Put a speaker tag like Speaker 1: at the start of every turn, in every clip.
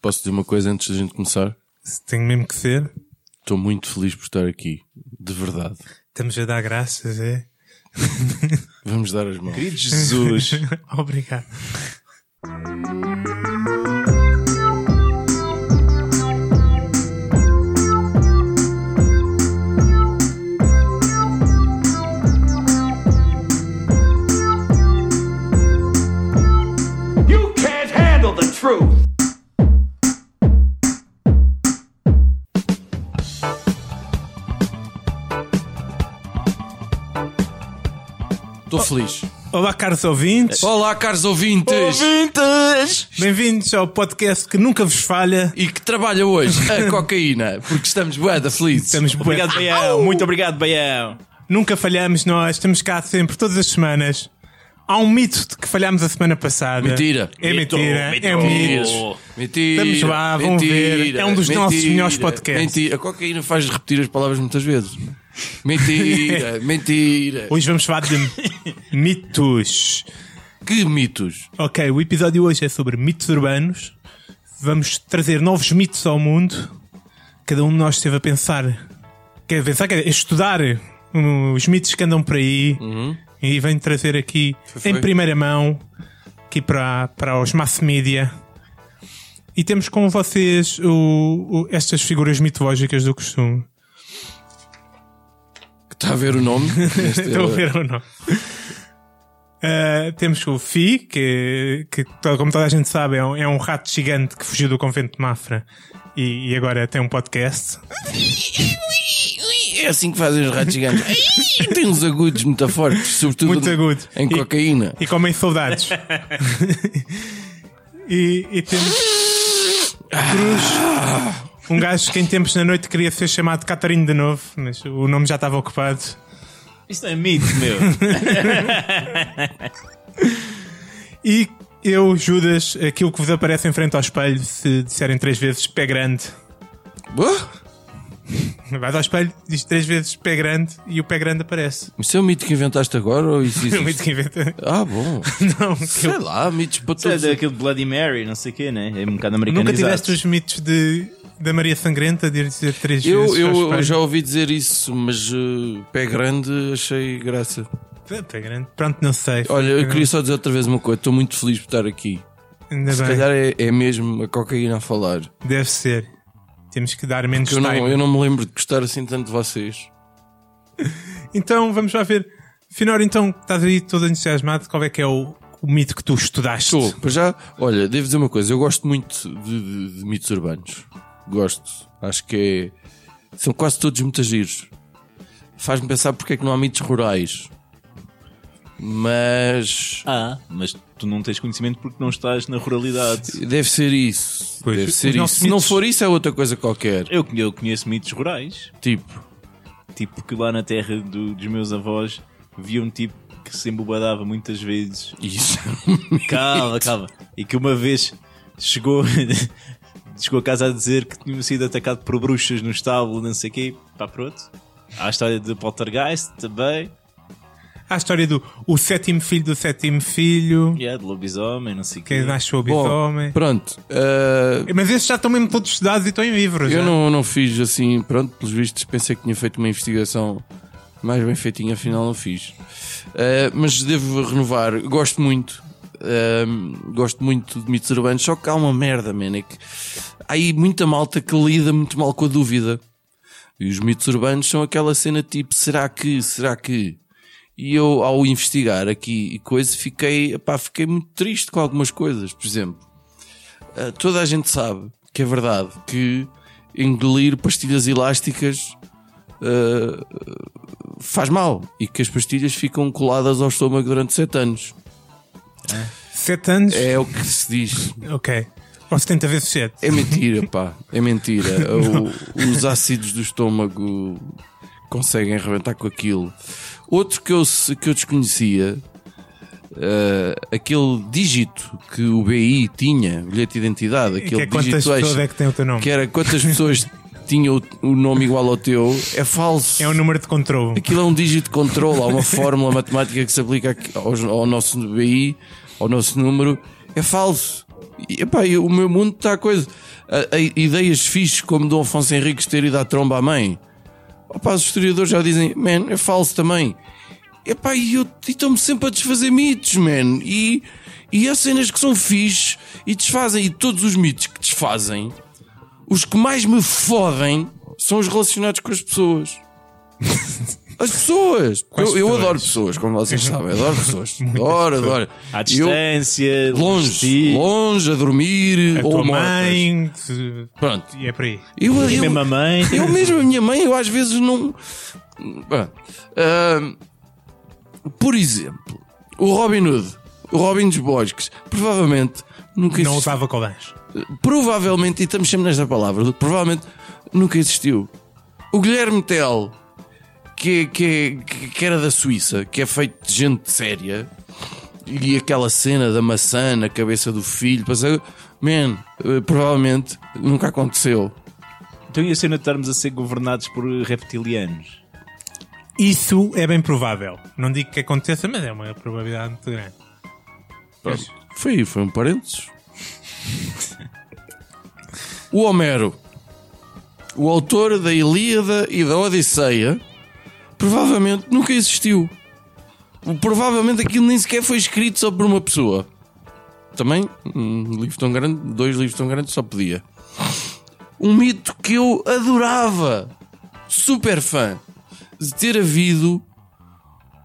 Speaker 1: Posso dizer uma coisa antes da gente começar?
Speaker 2: Se Tem mesmo que ser.
Speaker 1: Estou muito feliz por estar aqui. De verdade.
Speaker 2: Estamos a dar graças, é?
Speaker 1: Vamos dar as mãos.
Speaker 3: Querido Jesus.
Speaker 2: Obrigado.
Speaker 4: You can't handle the truth.
Speaker 1: Estou feliz.
Speaker 2: Olá, caros ouvintes.
Speaker 3: É.
Speaker 1: Olá, caros ouvintes!
Speaker 3: Ouvintes!
Speaker 2: Bem-vindos ao podcast que nunca vos falha.
Speaker 1: E que trabalha hoje a cocaína, porque estamos boeda felizes.
Speaker 2: Estamos bué-
Speaker 3: Obrigado, Baião. Muito obrigado, Baião.
Speaker 2: Nunca falhamos nós. Estamos cá sempre, todas as semanas. Há um mito de que falhámos a semana passada.
Speaker 1: Mentira.
Speaker 2: É
Speaker 3: Mito,
Speaker 2: mentira.
Speaker 3: mito.
Speaker 2: É um mito.
Speaker 3: Mito.
Speaker 1: Mentira.
Speaker 2: Estamos lá, vão
Speaker 1: mentira,
Speaker 2: ver. É um dos nossos melhores podcasts.
Speaker 1: Mentira. A cocaína faz repetir as palavras muitas vezes. Mentira, mentira.
Speaker 2: Hoje vamos falar de mitos.
Speaker 1: Que mitos.
Speaker 2: Ok, o episódio hoje é sobre mitos urbanos. Vamos trazer novos mitos ao mundo. Cada um de nós esteve a pensar, quer pensar, quer estudar hum, os mitos que andam por aí e vem trazer aqui
Speaker 1: Uhum. foi.
Speaker 2: em primeira mão, aqui para, para os mass media. E temos com vocês o- o- estas figuras mitológicas do costume.
Speaker 1: Que está a ver o nome? Este-
Speaker 2: Estão a Então, ver ou não? Uh, temos o Fi, que, que to- como toda a gente sabe, é um, é um rato gigante que fugiu do convento de Mafra e, e agora tem um podcast.
Speaker 1: É assim que fazem os ratos gigantes. Ai, Tem uns agudos muito fortes, sobretudo
Speaker 2: Muito agudo.
Speaker 1: em
Speaker 2: E-
Speaker 1: cocaína.
Speaker 2: E comem saudades. e, e temos Cruz, um gajo que em tempos na noite queria ser chamado Catarino de novo, mas o nome já estava ocupado.
Speaker 3: Isto é mito, meu.
Speaker 2: E eu, Judas, aquilo que vos aparece em frente ao espelho, se disserem três vezes pé grande.
Speaker 1: Oh,
Speaker 2: Vais ao espelho, diz três vezes pé grande e o pé grande aparece.
Speaker 1: isso é um mito que inventaste agora? Ou isso, isso-
Speaker 2: Não muito que inventa.
Speaker 1: Ah, bom.
Speaker 2: Não, que eu-
Speaker 1: Sei lá, mitos para
Speaker 3: Isso é
Speaker 1: todos.
Speaker 3: daquele Bloody Mary, não sei o quê, né? É um bocado americanizado.
Speaker 2: Nunca tiveste os mitos de, da Maria Sangrenta de ir dizer três
Speaker 1: Eu,
Speaker 2: vezes. ao
Speaker 1: eu
Speaker 2: espelho?
Speaker 1: já ouvi dizer isso, mas eh, pé grande achei graça.
Speaker 2: Pé- Pé tá grande. Pronto, não sei.
Speaker 1: Olha, eu
Speaker 2: Não-
Speaker 1: queria só dizer outra vez uma coisa. Estou muito feliz por estar aqui.
Speaker 2: Ainda
Speaker 1: Se
Speaker 2: bem,
Speaker 1: calhar é, é mesmo a cocaína a falar.
Speaker 2: deve ser. Temos que dar menos
Speaker 1: Que eu, não,
Speaker 2: time.
Speaker 1: eu não me lembro de gostar assim tanto de vocês.
Speaker 2: Então, vamos lá ver. Finor, então, estás aí todo entusiasmado. Qual é que é o, o mito que tu estudaste?
Speaker 1: Estou, para já, olha, devo dizer uma coisa, eu gosto muito de, de- de mitos urbanos. Gosto. Acho que é. São quase todos muito giros. Faz-me pensar porque é que não há mitos rurais. Mas.
Speaker 3: Ah, mas tu não tens conhecimento porque não estás na ruralidade.
Speaker 1: Deve ser isso.
Speaker 2: Pois,
Speaker 1: deve
Speaker 2: os
Speaker 1: ser isso.
Speaker 2: nossos
Speaker 1: Se não
Speaker 2: mitos-
Speaker 1: for isso, é outra coisa qualquer.
Speaker 3: Eu, eu conheço mitos rurais.
Speaker 1: Tipo,
Speaker 3: Tipo que lá na terra do- dos meus avós havia um tipo que se embobadava muitas vezes
Speaker 1: isso.
Speaker 3: Calma, calma. E que uma vez chegou, chegou a casa a dizer que tinha sido atacado por bruxas no estábulo, não sei o quê. Pá, pronto. Há a história de Poltergeist também.
Speaker 2: Há a história do o sétimo filho do sétimo filho,
Speaker 3: E é de lobisomem, não sei o
Speaker 2: que
Speaker 3: quê.
Speaker 2: nasceu o
Speaker 1: Bom,
Speaker 2: bisomem.
Speaker 1: pronto. ah,
Speaker 2: Mas esses já estão mesmo todos estudados e estão em livros.
Speaker 1: eu
Speaker 2: já.
Speaker 1: não, não fiz assim, pronto, pelos vistos, pensei que tinha feito uma investigação mais bem feitinha, afinal não fiz. Ah, mas devo renovar, gosto muito. ah, gosto muito de mitos urbanos, só que há uma merda, man, é que há aí muita malta que lida muito mal com a dúvida. E os mitos urbanos são aquela cena tipo, será que, será que? E eu, ao investigar aqui e coisa, fiquei, pá, fiquei muito triste com algumas coisas. Por exemplo, ah, toda a gente sabe que é verdade que engolir pastilhas elásticas ah, faz mal e que as pastilhas ficam coladas ao estômago durante 7 anos.
Speaker 2: Sete anos?
Speaker 1: É o que se diz.
Speaker 2: Ok. Ou 70 vezes 7.
Speaker 1: É mentira, pá. É mentira. O- os ácidos do estômago conseguem arrebentar com aquilo. Outro que eu, se- que eu desconhecia, ah, aquele dígito que o BI tinha, bilhete de identidade,
Speaker 2: Que
Speaker 1: aquele
Speaker 2: é quantas
Speaker 1: dígito
Speaker 2: pessoas
Speaker 1: extra,
Speaker 2: é que têm o teu nome?
Speaker 1: que era quantas pessoas tinham o o nome igual ao teu, é falso.
Speaker 2: É o número de controle.
Speaker 1: Aquilo é um dígito de controle, há uma fórmula matemática que se aplica aqui aos- ao, nosso BI, ao nosso número, é falso. E, epá, e o meu mundo está a coisa. a- a ideias fixes como Dom Afonso Henriques ter ido à tromba à mãe. Opa, os historiadores já dizem, man, é falso também. Epá, e eu e estão-me sempre a desfazer mitos, man. E, e há cenas que são fixes e desfazem. E todos os mitos que desfazem, os que mais me fodem são os relacionados com as pessoas. As pessoas!
Speaker 2: Quais
Speaker 1: eu, eu
Speaker 2: pessoas?
Speaker 1: adoro pessoas, como vocês sabem, adoro pessoas. Adoro, adoro.
Speaker 3: À
Speaker 1: Eu-
Speaker 3: distância,
Speaker 1: longe,
Speaker 3: longe.
Speaker 1: longe, a dormir,
Speaker 2: A
Speaker 1: ou
Speaker 2: tua
Speaker 1: mortas.
Speaker 2: mãe. se-
Speaker 1: Pronto.
Speaker 2: E é por aí.
Speaker 1: Eu,
Speaker 3: E
Speaker 1: eu-
Speaker 3: mesmo a mãe.
Speaker 1: eu mesmo, a minha mãe, eu às vezes não. Pronto. Ahm, por exemplo, o Robin Hood, o Robin dos Bosques, provavelmente nunca
Speaker 2: Não
Speaker 1: existiu.
Speaker 2: usava colãs.
Speaker 1: Provavelmente, e estamos sempre nesta palavra, provavelmente nunca existiu. O Guilherme Tell, que, é- que, é- que, que era da Suíça, que é feito de gente séria, e aquela cena da maçã na cabeça do filho, passa- man, eh, provavelmente nunca aconteceu.
Speaker 3: Então ia ser nós estarmos a ser governados por reptilianos.
Speaker 2: Isso é bem provável. Não digo que aconteça, mas é uma probabilidade muito grande.
Speaker 1: Pronto. Foi, foi um parênteses. o Homero, o autor da Ilíada e da Odisseia, provavelmente nunca existiu. Provavelmente aquilo nem sequer foi escrito só por uma pessoa. Também, um livro tão grande, dois livros tão grandes, só podia. Um mito que eu adorava, super fã, de ter havido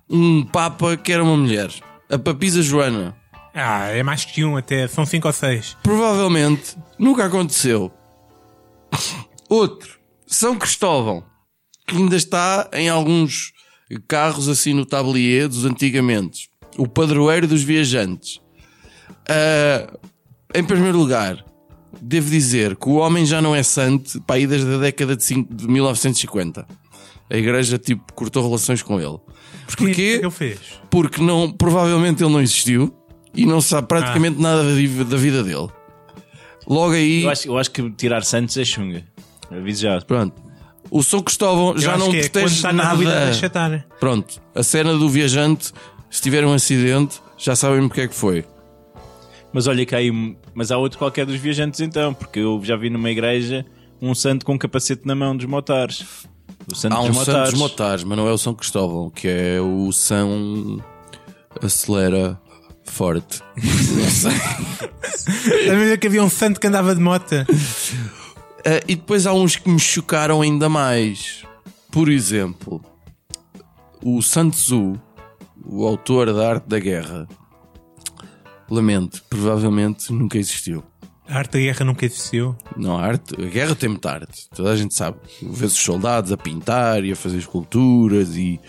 Speaker 1: um Papa que era uma mulher. A Papisa Joana.
Speaker 2: Ah, é mais que um até. São cinco ou seis.
Speaker 1: Provavelmente nunca aconteceu. Outro, São Cristóvão, que ainda está em alguns carros assim no tablier dos antigamente. O padroeiro dos viajantes. Ah, em primeiro lugar, devo dizer que o homem já não é santo para aí desde a década de, cin- de 1950. A igreja tipo cortou relações com ele.
Speaker 2: O que é
Speaker 1: Porquê?
Speaker 2: que ele fez?
Speaker 1: porque não, provavelmente ele não existiu e não sabe praticamente
Speaker 2: Ah.
Speaker 1: nada da vi- da vida dele. Logo aí,
Speaker 3: Eu acho, eu acho que tirar Santos é chunga. Aviso já.
Speaker 1: pronto. O São Cristóvão
Speaker 2: Eu
Speaker 1: já
Speaker 2: acho
Speaker 1: não
Speaker 2: que é quando
Speaker 1: protege
Speaker 2: está na dúvida de
Speaker 1: nada.
Speaker 2: achatar.
Speaker 1: Pronto, a cena do viajante, se tiver um acidente, já sabem porque é que foi.
Speaker 3: Mas olha que há aí, um- mas há outro qualquer dos viajantes então, porque eu já vi numa igreja um santo com um capacete na mão dos motares. O santo
Speaker 1: Há um
Speaker 3: dos motares.
Speaker 1: Santos Motares, mas não é o São Cristóvão, que é o São Acelera Forte.
Speaker 2: A mesma que havia um santo que andava de moto.
Speaker 1: Ah, e depois há uns que me chocaram ainda mais. Por exemplo, o Sun Tzu, o autor da arte da guerra, lamento, provavelmente nunca existiu.
Speaker 2: A arte da guerra nunca existiu.
Speaker 1: Não, a arte, a guerra tem muita arte, toda a gente sabe. Vês os soldados a pintar e a fazer esculturas e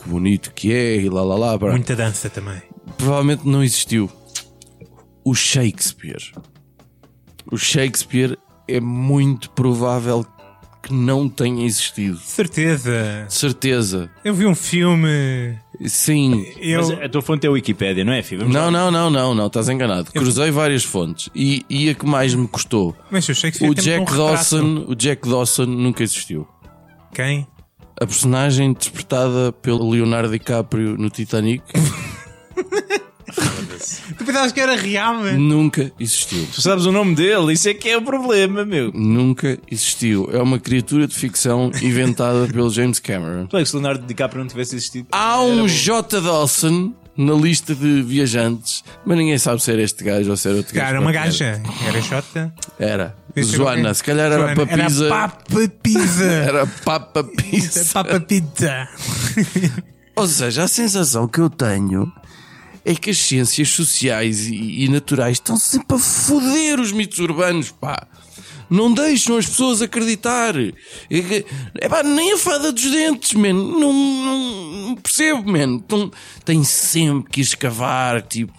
Speaker 1: que bonito que é e lá lá lá. pá.
Speaker 2: Muita dança também.
Speaker 1: Provavelmente não existiu. O Shakespeare. O Shakespeare é muito provável que não tenha existido.
Speaker 2: De certeza.
Speaker 1: De certeza.
Speaker 2: Eu vi um filme.
Speaker 1: Sim.
Speaker 2: Eu...
Speaker 3: Mas a tua fonte é a Wikipédia, não é, Fih? Vamos
Speaker 1: Não,
Speaker 3: lá.
Speaker 1: não, não, não, não, estás enganado. Cruzei várias fontes e, e a que mais me custou.
Speaker 2: Mas eu sei que
Speaker 1: O
Speaker 2: tem
Speaker 1: Jack
Speaker 2: um retrato.
Speaker 1: Dawson, o Jack Dawson nunca existiu.
Speaker 2: Quem?
Speaker 1: A personagem interpretada pelo Leonardo DiCaprio no Titanic
Speaker 2: Tu pensavas que era real, mas...
Speaker 1: nunca existiu.
Speaker 3: Tu sabes o nome dele, isso é que é o problema, meu.
Speaker 1: Nunca existiu. É uma criatura de ficção inventada pelo James Cameron.
Speaker 3: Tu é que se o Leonardo DiCaprio não tivesse existido.
Speaker 1: Há um J. Dawson na lista de viajantes, mas ninguém sabe se era este gajo ou se era outro gajo.
Speaker 2: Cara, uma
Speaker 1: qualquer.
Speaker 2: gaja. Era chota.
Speaker 1: Era.
Speaker 2: Isso é
Speaker 1: Joana,
Speaker 2: qualquer-
Speaker 1: se calhar era
Speaker 2: Joana,
Speaker 1: papisa.
Speaker 2: Era papa pizza.
Speaker 1: Era é Papa
Speaker 2: Era
Speaker 1: Pizza.
Speaker 2: papa pizza. é-
Speaker 1: Ou seja, a sensação que eu tenho é que as ciências sociais e, e naturais estão sempre a foder os mitos urbanos, pá. Não deixam as pessoas acreditar. É que- é pá, nem a fada dos dentes, man. Não, não- não percebo, man. Então, tem sempre que escavar, tipo,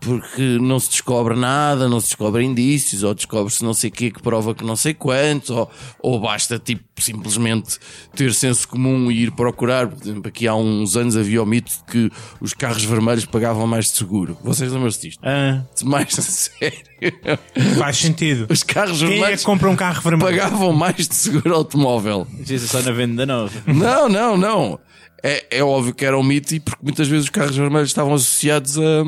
Speaker 1: porque não se descobre nada, não se descobre indícios, ou descobre-se não sei o quê que prova que não sei quantos, ou, ou basta tipo simplesmente ter senso comum e ir procurar. Por exemplo, aqui há uns anos havia o mito de que os carros vermelhos pagavam mais de seguro. Vocês lembram-se disto?
Speaker 3: Ah,
Speaker 1: Mais a sério.
Speaker 2: Faz sentido.
Speaker 1: Os carros
Speaker 2: Quem é
Speaker 1: vermelhos
Speaker 2: que compra um carro vermelho?
Speaker 1: pagavam mais de seguro automóvel.
Speaker 3: isso é só na venda nova.
Speaker 1: Não, não, não. É, é óbvio que era um mito e porque muitas vezes os carros vermelhos estavam associados a,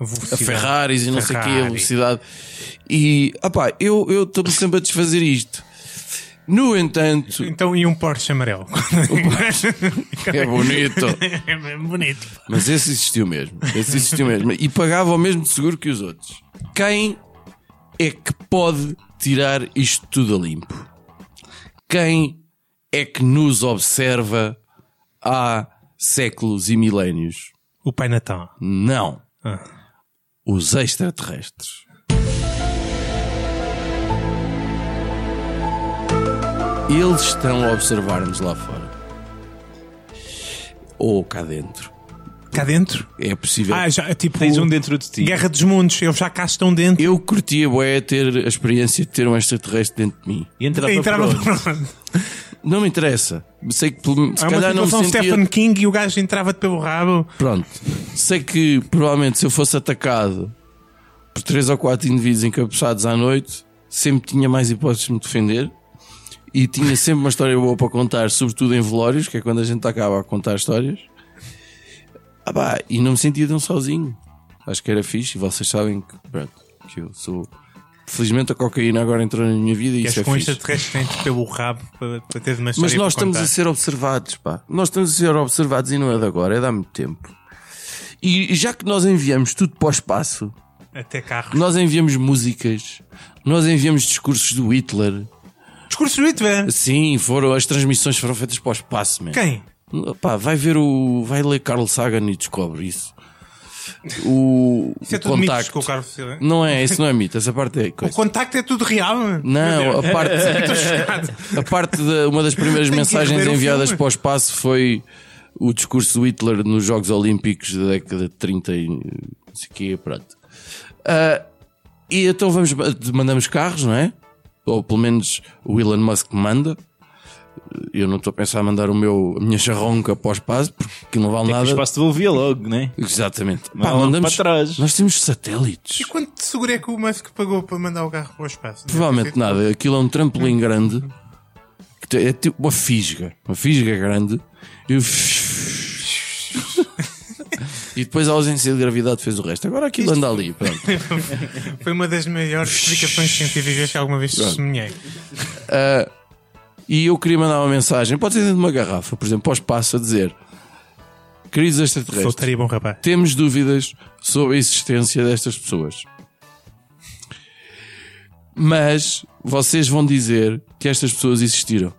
Speaker 1: a
Speaker 2: velocidade.
Speaker 1: Ferraris e não sei o quê, a
Speaker 2: Ferrari.
Speaker 1: velocidade. E, opá, eu eu estou-me sempre a desfazer isto. No entanto,
Speaker 2: Então, e um Porsche amarelo?
Speaker 1: é bonito.
Speaker 2: é mesmo bonito.
Speaker 1: Mas esse existiu mesmo. Esse existiu mesmo. E pagava o mesmo de seguro que os outros. Quem é que pode tirar isto tudo a limpo? Quem é que nos observa há séculos e milénios?
Speaker 2: O Pai Natal.
Speaker 1: Não.
Speaker 2: Ah.
Speaker 1: Os extraterrestres. Eles estão a observar-nos lá fora. Ou cá dentro.
Speaker 2: Cá dentro?
Speaker 1: É possível.
Speaker 2: Ah, já, tipo.
Speaker 3: Tens um dentro de ti.
Speaker 2: Guerra dos Mundos, eles já cá estão dentro.
Speaker 1: Eu curtia bué ter a experiência de ter um extraterrestre dentro de mim.
Speaker 3: E entrava,
Speaker 2: Entrava
Speaker 3: para
Speaker 2: para
Speaker 3: onde?
Speaker 2: onde?
Speaker 1: Não me interessa. Sei que pelo- se
Speaker 2: Há É uma
Speaker 1: calhar não me
Speaker 2: situação
Speaker 1: sentia...
Speaker 2: Stephen King e o gajo entrava-te pelo rabo.
Speaker 1: Pronto. Sei que provavelmente se eu fosse atacado por três ou quatro indivíduos encapuchados à noite, sempre tinha mais hipóteses de me defender e tinha sempre uma história boa para contar, sobretudo em velórios, que é quando a gente acaba a contar histórias. Ah, pá, e não me sentia tão sozinho. Acho que era fixe e vocês sabem que, pronto, que eu sou. Felizmente a cocaína agora entrou na minha vida e
Speaker 2: Que
Speaker 1: isso
Speaker 2: és
Speaker 1: é
Speaker 2: com
Speaker 1: fixe.
Speaker 2: extraterrestres dentro pelo rabo para, para ter uma
Speaker 1: Mas
Speaker 2: história
Speaker 1: nós
Speaker 2: para
Speaker 1: estamos
Speaker 2: contar.
Speaker 1: a ser observados, pá. Nós estamos a ser observados e não é de agora, é de há muito tempo. E já que nós enviamos tudo para o espaço,
Speaker 2: Até carros.
Speaker 1: nós enviamos músicas, nós enviamos discursos do Hitler.
Speaker 2: Discurso do Hitler.
Speaker 1: Sim, foram, as transmissões foram feitas para o espaço, man.
Speaker 2: Quem?
Speaker 1: Pá, vai ver o. Vai ler Carl Sagan e descobre isso. O,
Speaker 2: Isso é
Speaker 1: o
Speaker 2: tudo mitos com o
Speaker 1: contacto.
Speaker 2: Carlos Silva.
Speaker 1: Não é, isso não é mito, essa parte é
Speaker 2: O
Speaker 1: coisa.
Speaker 2: contacto é tudo real.
Speaker 1: Não, a parte. a parte da, uma das primeiras
Speaker 2: que
Speaker 1: mensagens
Speaker 2: rever o
Speaker 1: enviadas
Speaker 2: filme.
Speaker 1: para o espaço foi o discurso do Hitler nos Jogos Olímpicos da década de 30 e não sei quê, pronto. Ah, e então vamos, mandamos carros, não é? Ou pelo menos o Elon Musk manda. Eu não estou a pensar em mandar o meu, a minha charronca para o espaço, porque não vale
Speaker 3: Tem É que o
Speaker 1: nada.
Speaker 3: espaço devolvia logo, né?
Speaker 1: Exatamente.
Speaker 3: Manda logo para trás.
Speaker 1: Nós temos satélites.
Speaker 2: E quanto de seguro é que o Musk pagou para mandar o carro para o espaço?
Speaker 1: Provavelmente
Speaker 2: Deve ter
Speaker 1: nada. Aquilo é um trampolim grande. que te- É tipo uma fisga. Uma fisga grande. E, o e depois a ausência de gravidade fez o resto. Agora aquilo anda ali. Pronto.
Speaker 2: sido- Foi uma das maiores explicações científicas que alguma vez semeei.
Speaker 1: E eu queria mandar uma mensagem. Pode ser dentro de uma garrafa, por exemplo, para o espaço a dizer: Queridos extraterrestres,
Speaker 2: Soltaria bom rapaz.
Speaker 1: temos dúvidas sobre a existência destas pessoas. Mas vocês vão dizer que estas pessoas existiram.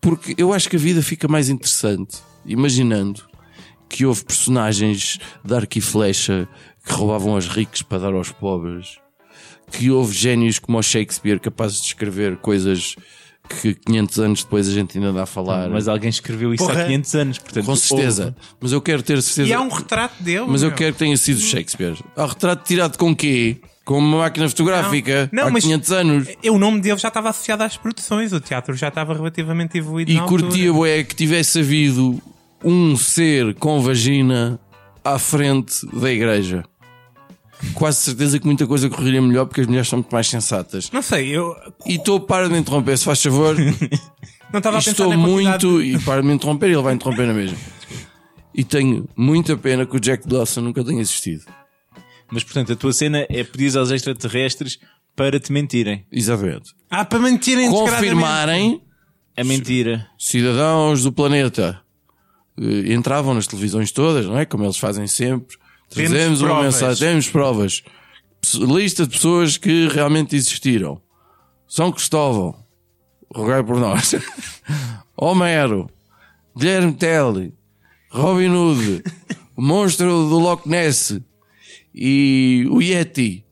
Speaker 1: Porque eu acho que a vida fica mais interessante imaginando que houve personagens de arco e flecha que roubavam aos ricos para dar aos pobres, que houve génios como o Shakespeare capazes de escrever coisas que 500 anos depois a gente ainda anda a falar.
Speaker 3: Mas alguém escreveu isso
Speaker 2: Porra.
Speaker 3: há 500 anos, portanto.
Speaker 1: Com certeza. Mas eu quero ter certeza.
Speaker 2: E há um retrato dele.
Speaker 1: Mas eu
Speaker 2: meu.
Speaker 1: quero que tenha sido Shakespeare. Há retrato tirado com quê? Com uma máquina fotográfica
Speaker 2: Não, não,
Speaker 1: há
Speaker 2: mas- é,
Speaker 1: 500 anos.
Speaker 2: E O nome dele já estava associado às produções, o teatro já estava relativamente evoluído.
Speaker 1: E
Speaker 2: na altura.
Speaker 1: curtia é que tivesse havido um ser com vagina à frente da igreja. Quase certeza que muita coisa correria melhor porque as mulheres são muito mais sensatas.
Speaker 2: Não sei, eu
Speaker 1: E estou para de me interromper, se faz favor.
Speaker 2: não estava a pensar
Speaker 1: Estou
Speaker 2: Tá na quantidade-
Speaker 1: muito. E para de me interromper, ele vai interromper na mesma. E tenho muita pena que o Jack Dawson nunca tenha existido.
Speaker 3: Mas portanto, a tua cena é pedir aos extraterrestres para te mentirem.
Speaker 1: Exatamente.
Speaker 2: Ah, para manterem descaradamente.
Speaker 1: Confirmarem.
Speaker 3: É mentira.
Speaker 1: cidadãos do planeta eh, entravam nas televisões todas, não é? Como eles fazem sempre.
Speaker 2: Temos
Speaker 1: Trazemos uma
Speaker 2: provas.
Speaker 1: mensagem, temos provas. Pes- Lista de pessoas que realmente existiram. São Cristóvão, rogai por nós. Homero, Guilherme Tell, Robin Hood, o monstro do Loch Ness e o Yeti,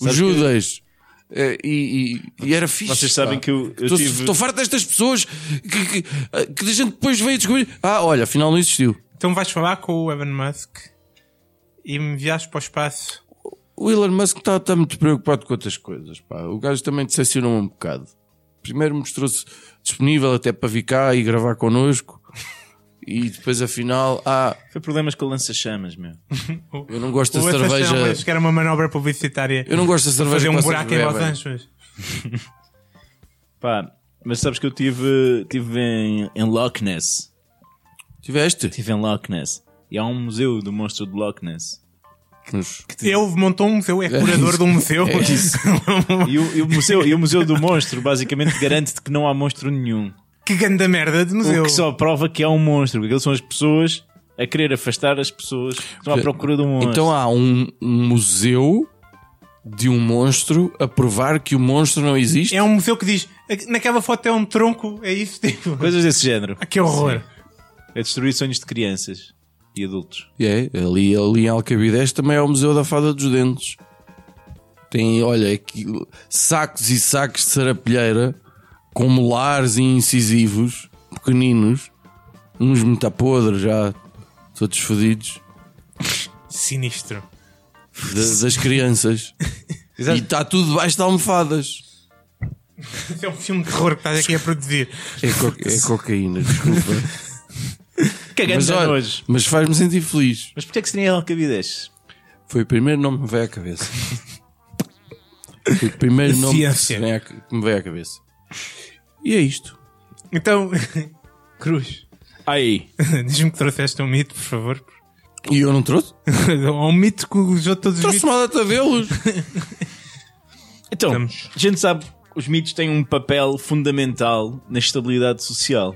Speaker 1: o
Speaker 3: Sabes que-
Speaker 1: Judas. Eh, E, e- e era fixe.
Speaker 3: Vocês sabem
Speaker 1: pá.
Speaker 3: que eu, eu
Speaker 1: Estou,
Speaker 3: tive.
Speaker 1: estou farto destas pessoas que, que, que a gente depois veio descobrir. Ah, olha, afinal não existiu.
Speaker 2: Então vais falar com o Elon Musk e me enviaste para o espaço.
Speaker 1: O Elon Musk está, está muito preocupado com outras coisas. Pá. O gajo também decepcionou um bocado. Primeiro mostrou-se disponível até para vir cá e gravar connosco. E depois, afinal, ah,
Speaker 3: Foi problemas com lança-chamas, meu.
Speaker 1: eu não gosto
Speaker 2: O
Speaker 1: da cerveja.
Speaker 2: que era uma manobra publicitária.
Speaker 1: Eu não gosto da cerveja. que
Speaker 2: Fazer um
Speaker 1: vocês
Speaker 2: buraco em Los
Speaker 1: bebem.
Speaker 2: Angeles.
Speaker 3: Pá, mas sabes que eu tive, tive em, em Loch Ness.
Speaker 1: Tiveste?
Speaker 3: Tive em Loch Ness. E há um museu do monstro de Loch Ness.
Speaker 1: Mas-
Speaker 3: que te-
Speaker 2: Ele montou um museu, é curador de um museu.
Speaker 1: É isso.
Speaker 3: E, o, e o museu, e o Museu do Monstro basicamente garante-te que não há monstro nenhum.
Speaker 2: que ganda merda de museu.
Speaker 3: O que só prova que é um monstro, porque eles são as pessoas a querer afastar as pessoas que estão à procura do monstro.
Speaker 1: Então há um, um museu de um monstro a provar que o monstro não existe.
Speaker 2: É um museu que diz, naquela foto é um tronco, é isso, tipo.
Speaker 3: Coisas desse género.
Speaker 2: Ah, que horror.
Speaker 3: É destruir sonhos de crianças e adultos.
Speaker 1: É, ali, ali em Alcabidez também é o Museu da Fada dos Dentes. Tem, olha, aquilo- sacos e sacos de sarapilheira com molares e incisivos pequeninos, uns muito a podre já, todos fodidos,
Speaker 2: Sinistro.
Speaker 1: da- das crianças. E está tudo debaixo de almofadas.
Speaker 2: Isso é um filme de terror que estás aqui a produzir.
Speaker 1: É, co- é cocaína, desculpa.
Speaker 3: Cagando
Speaker 1: mas,
Speaker 3: mas,
Speaker 1: olha, mas faz-me sentir feliz.
Speaker 3: mas porquê é que seria Alcabides?
Speaker 1: Foi o primeiro nome que me veio à cabeça. Foi o
Speaker 2: Assim
Speaker 1: primeiro nome que se
Speaker 2: Ciência.
Speaker 1: vem à- que me veio à cabeça. E é isto.
Speaker 2: Então, Cruz,
Speaker 3: Aí,
Speaker 2: diz-me que trouxeste um mito, por favor.
Speaker 1: E eu não trouxe?
Speaker 2: Há um mito que usou todos os
Speaker 1: Trouxe
Speaker 2: mitos.
Speaker 1: uma data deles.
Speaker 3: então,
Speaker 2: Estamos.
Speaker 3: a gente sabe que os mitos têm um papel fundamental na estabilidade social.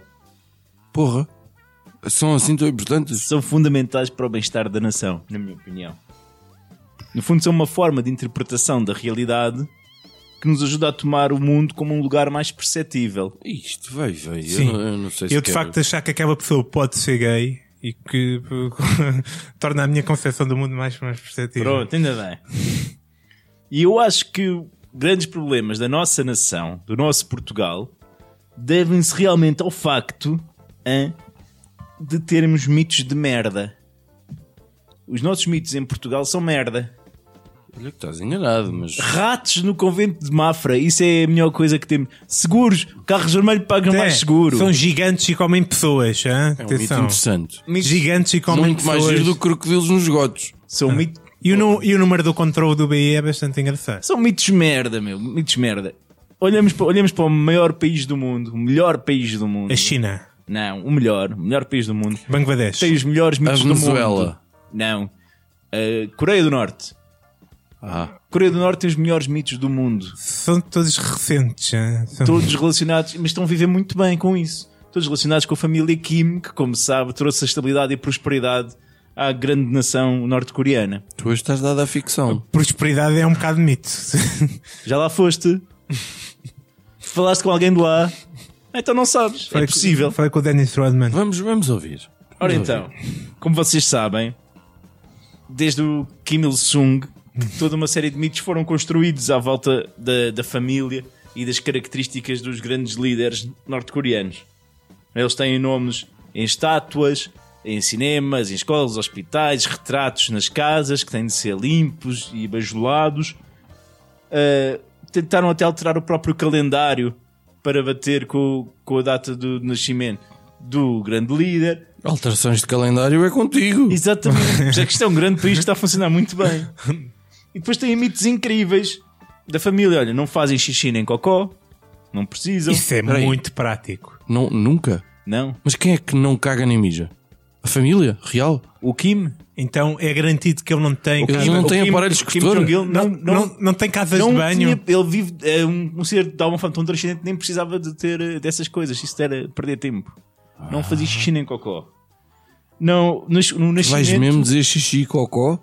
Speaker 1: Porra. São assim tão importantes?
Speaker 3: São fundamentais para o bem-estar da nação, na minha opinião. No fundo, são uma forma de interpretação da realidade que nos ajuda a tomar o mundo como um lugar mais perceptível.
Speaker 1: Isto, vai, vai. Eu,
Speaker 2: Sim.
Speaker 1: não- eu não sei se
Speaker 2: Eu de
Speaker 1: quero.
Speaker 2: facto achar que aquela pessoa pode ser gay e que torna a minha concepção do mundo mais, mais perceptível.
Speaker 3: Pronto, ainda bem. E eu acho que grandes problemas da nossa nação, do nosso Portugal, devem-se realmente ao facto hã, de termos mitos de merda. Os nossos mitos em Portugal são merda.
Speaker 1: Olha que estás enganado, mas... é
Speaker 3: Ratos no convento de Mafra, isso é a melhor coisa que temos. Seguros, carros vermelhos pagam
Speaker 2: É,
Speaker 3: um mais seguro.
Speaker 2: São gigantes e comem pessoas. hã?
Speaker 1: É um mito
Speaker 2: Atenção.
Speaker 1: interessante.
Speaker 2: gigantes e comem
Speaker 1: Muito mais
Speaker 2: pessoas.
Speaker 1: giro do que crocodilos nos gotos.
Speaker 3: São mitos.
Speaker 2: E o, nu- e o número do controle do BI é bastante engraçado.
Speaker 3: São mitos merda, meu. Mitos merda. Olhamos para, olhamos para o maior país do mundo, o melhor país do mundo.
Speaker 2: A É China,
Speaker 3: Não, o melhor, o melhor país do mundo.
Speaker 2: Bangladesh.
Speaker 3: Tem os melhores mitos
Speaker 1: A
Speaker 3: do mundo.
Speaker 1: Venezuela.
Speaker 3: Não. A Coreia do Norte.
Speaker 1: Ah.
Speaker 3: Coreia do Norte tem os melhores mitos do mundo.
Speaker 2: São todos recentes. hã? São-
Speaker 3: Todos relacionados, mas estão a viver muito bem com isso. Todos relacionados com a família Kim, que, como sabe, trouxe a estabilidade e prosperidade à grande nação norte-coreana.
Speaker 1: Tu hoje estás dado à ficção.
Speaker 2: Prosperidade é um bocado mito.
Speaker 3: Já lá foste? Falaste com alguém de lá? Ah, Então não sabes. É
Speaker 2: Falei com-
Speaker 3: possível.
Speaker 2: Falei com o Dennis Rodman.
Speaker 1: Vamos, vamos ouvir.
Speaker 3: Ora
Speaker 1: Vamos
Speaker 3: então, como vocês sabem, desde o Kim Il-sung, que toda uma série de mitos foram construídos à volta da, da família e das características dos grandes líderes norte-coreanos. Eles têm nomes em estátuas, em cinemas, em escolas, hospitais, retratos nas casas que têm de ser limpos e bajulados. Uh, tentaram até alterar o próprio calendário para bater com, com a data do nascimento do grande líder.
Speaker 1: ouvir. Alterações de calendário é contigo.
Speaker 3: Exatamente. Já que isto é um grande país que está a funcionar muito bem. E depois têm mitos incríveis da família. Olha, não fazem xixi nem cocó. Não precisam.
Speaker 2: Isso é
Speaker 1: Peraí.
Speaker 2: muito prático.
Speaker 1: Não, nunca.
Speaker 3: Não.
Speaker 1: Mas quem é que não caga nem mija? A família? Real?
Speaker 3: O Kim.
Speaker 2: Então é garantido que ele não tem.
Speaker 1: Eles
Speaker 2: casa-
Speaker 1: não
Speaker 3: o
Speaker 1: têm
Speaker 3: Kim-
Speaker 1: aparelhos
Speaker 3: o Kim
Speaker 1: escutor?
Speaker 3: Jong-il
Speaker 2: não, não, não tem casas de
Speaker 3: não
Speaker 2: banho.
Speaker 3: tinha, ele vive é, um, um ser de alguma forma tão transcendente nem precisava de ter eh, dessas coisas. Isso era perder tempo. Não fazia xixi nem cocó. Não, no, no nascimento.
Speaker 1: Vais mesmo dizer xixi e cocó?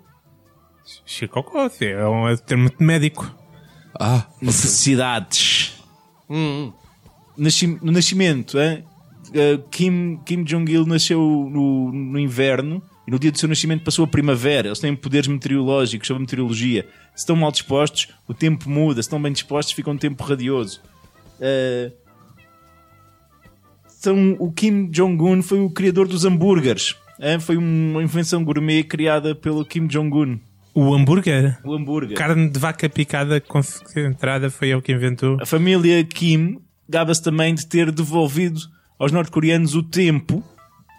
Speaker 2: Chico Cocó, é um termo de médico.
Speaker 1: Ah,
Speaker 3: necessidades. Nasci- no nascimento, hein? Uh, Kim, Kim Jong-il nasceu no, no inverno e no dia do seu nascimento passou a primavera. Eles têm poderes meteorológicos sobre meteorologia. Se estão mal dispostos, o tempo muda. Se estão bem dispostos, fica um tempo radioso. Uh, são, o Kim Jong-un foi o criador dos hambúrgueres. hein? Foi uma invenção gourmet criada pelo Kim Jong-un.
Speaker 2: O hambúrguer.
Speaker 3: O hambúrguer.
Speaker 2: Carne de vaca picada concentrada foi ele que inventou.
Speaker 3: A família Kim gaba-se também de ter devolvido aos norte-coreanos o tempo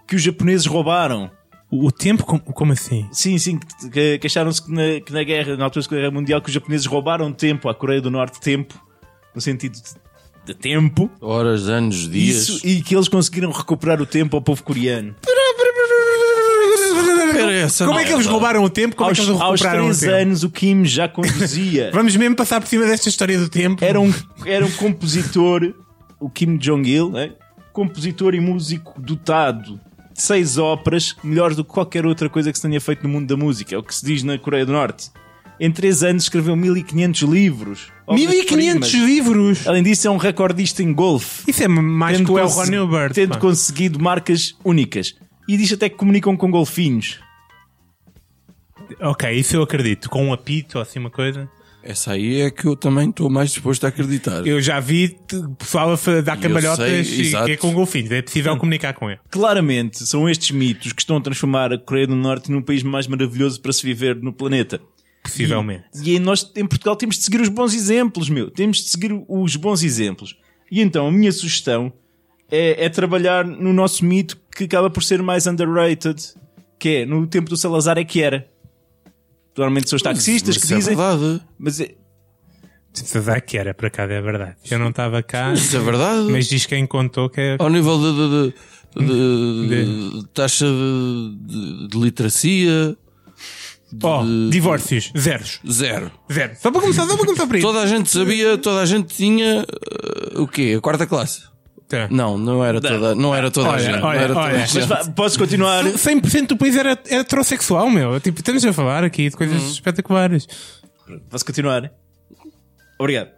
Speaker 3: que os japoneses roubaram.
Speaker 2: O tempo, como, como assim?
Speaker 3: Sim, sim, que- que, que acharam-se que na, que na guerra, na altura da Segunda Guerra Mundial, que os japoneses roubaram tempo à Coreia do Norte, tempo, no sentido de, de tempo,
Speaker 1: horas, anos, dias.
Speaker 3: Isso, e que eles conseguiram recuperar o tempo ao povo coreano.
Speaker 1: ver essa
Speaker 2: Como é que eles
Speaker 1: merda.
Speaker 2: roubaram o tempo? Como
Speaker 3: aos,
Speaker 2: é que eles
Speaker 3: aos
Speaker 2: recuperaram o
Speaker 3: 3
Speaker 2: tempo?
Speaker 3: anos o Kim já conduzia.
Speaker 2: Vamos mesmo passar por cima desta história do tempo.
Speaker 3: era um, era um compositor, o Kim Jong-il, né? compositor e músico dotado de seis óperas, melhores do que qualquer outra coisa que se tenha feito no mundo da música, é o que se diz na Coreia do Norte. Em três anos escreveu 1500 livros. obras
Speaker 2: 1500
Speaker 3: primas.
Speaker 2: livros!
Speaker 3: Além disso, é um recordista em golfe.
Speaker 2: Isso é mais que o El Ron Hilbert.
Speaker 3: tendo
Speaker 2: pá.
Speaker 3: conseguido marcas únicas. E diz até que comunicam com golfinhos.
Speaker 2: Ok, isso eu acredito. Com um apito ou assim uma coisa.
Speaker 1: Essa aí é que eu também estou mais disposto a acreditar.
Speaker 2: Eu já vi t- pessoal a fa- dar
Speaker 1: Eu
Speaker 2: cambalhotas
Speaker 1: sei,
Speaker 2: e
Speaker 1: exato.
Speaker 2: que é com golfinhos. É possível comunicar com ele.
Speaker 3: Claramente, são estes mitos que estão a transformar a Coreia do Norte num país mais maravilhoso para se viver no planeta.
Speaker 2: Possivelmente.
Speaker 3: E aí nós, em Portugal, temos de seguir os bons exemplos, meu. Temos de seguir os bons exemplos. E então, a minha sugestão é, é trabalhar no nosso mito que acaba por ser mais underrated, que é, no tempo do Salazar é que era. Normalmente são os taxistas
Speaker 1: Mas
Speaker 3: que
Speaker 1: isso
Speaker 3: dizem...
Speaker 1: É verdade.
Speaker 3: mas é-
Speaker 2: Apesar que era, por acaso, é verdade. Eu não estava cá,
Speaker 1: Isso é verdade.
Speaker 2: mas diz quem contou que é.
Speaker 1: Ao nível de, de- de-
Speaker 2: Hum.
Speaker 1: de- de taxa de, de- de literacia,
Speaker 3: Oh,
Speaker 2: Ó, Oh, divórcios, zeros,
Speaker 1: zero.
Speaker 2: zero. Só para começar, só para começar por aí.
Speaker 1: Toda a gente sabia, toda a gente tinha eh, o quê? A quarta classe.
Speaker 2: Tá.
Speaker 1: Não, não era toda, não era toda a
Speaker 2: Olha,
Speaker 1: gente.
Speaker 2: olha,
Speaker 1: não era toda
Speaker 2: olha.
Speaker 1: a
Speaker 3: mas
Speaker 1: gente.
Speaker 3: vá, posso continuar?
Speaker 2: 100% do país era era heterossexual, meu. Tipo, estamos a falar aqui de coisas
Speaker 3: Uhum.
Speaker 2: espetaculares.
Speaker 3: Posso continuar? Obrigado.